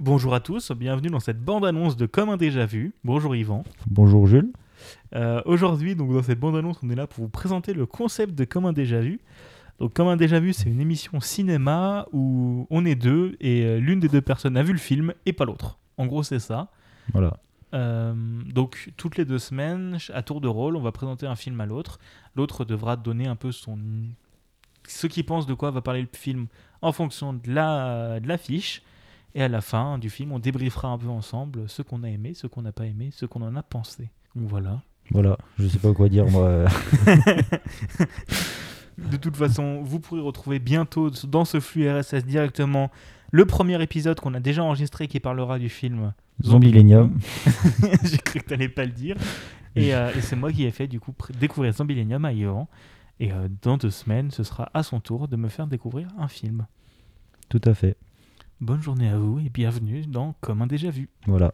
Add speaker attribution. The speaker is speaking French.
Speaker 1: Bonjour à tous, bienvenue dans cette bande-annonce de Comme un déjà vu. Bonjour Yvan.
Speaker 2: Bonjour Jules.
Speaker 1: Euh, Aujourd'hui, donc dans cette bande-annonce, on est là pour vous présenter le concept de Comme un déjà vu. Donc Comme un déjà vu, c'est une émission cinéma où on est deux et euh, l'une des deux personnes a vu le film et pas l'autre. En gros, c'est ça.
Speaker 2: Voilà.
Speaker 1: Euh, donc toutes les deux semaines, ch- à tour de rôle, on va présenter un film à l'autre. L'autre devra donner un peu son ce qu'il pense de quoi va parler le film en fonction de la de l'affiche. Et à la fin du film, on débriefera un peu ensemble ce qu'on a aimé, ce qu'on n'a pas aimé, ce qu'on en a pensé. Donc voilà.
Speaker 2: Voilà, je sais pas quoi dire moi.
Speaker 1: De toute façon, vous pourrez retrouver bientôt dans ce flux RSS directement le premier épisode qu'on a déjà enregistré qui parlera du film
Speaker 2: Zombilenium.
Speaker 1: J'ai cru que t'allais pas le dire. Et, euh, et c'est moi qui ai fait du coup pr- découvrir Zambilenium à Yvan. Et euh, dans deux semaines, ce sera à son tour de me faire découvrir un film.
Speaker 2: Tout à fait.
Speaker 1: Bonne journée à vous et bienvenue dans Comme un déjà vu.
Speaker 2: Voilà.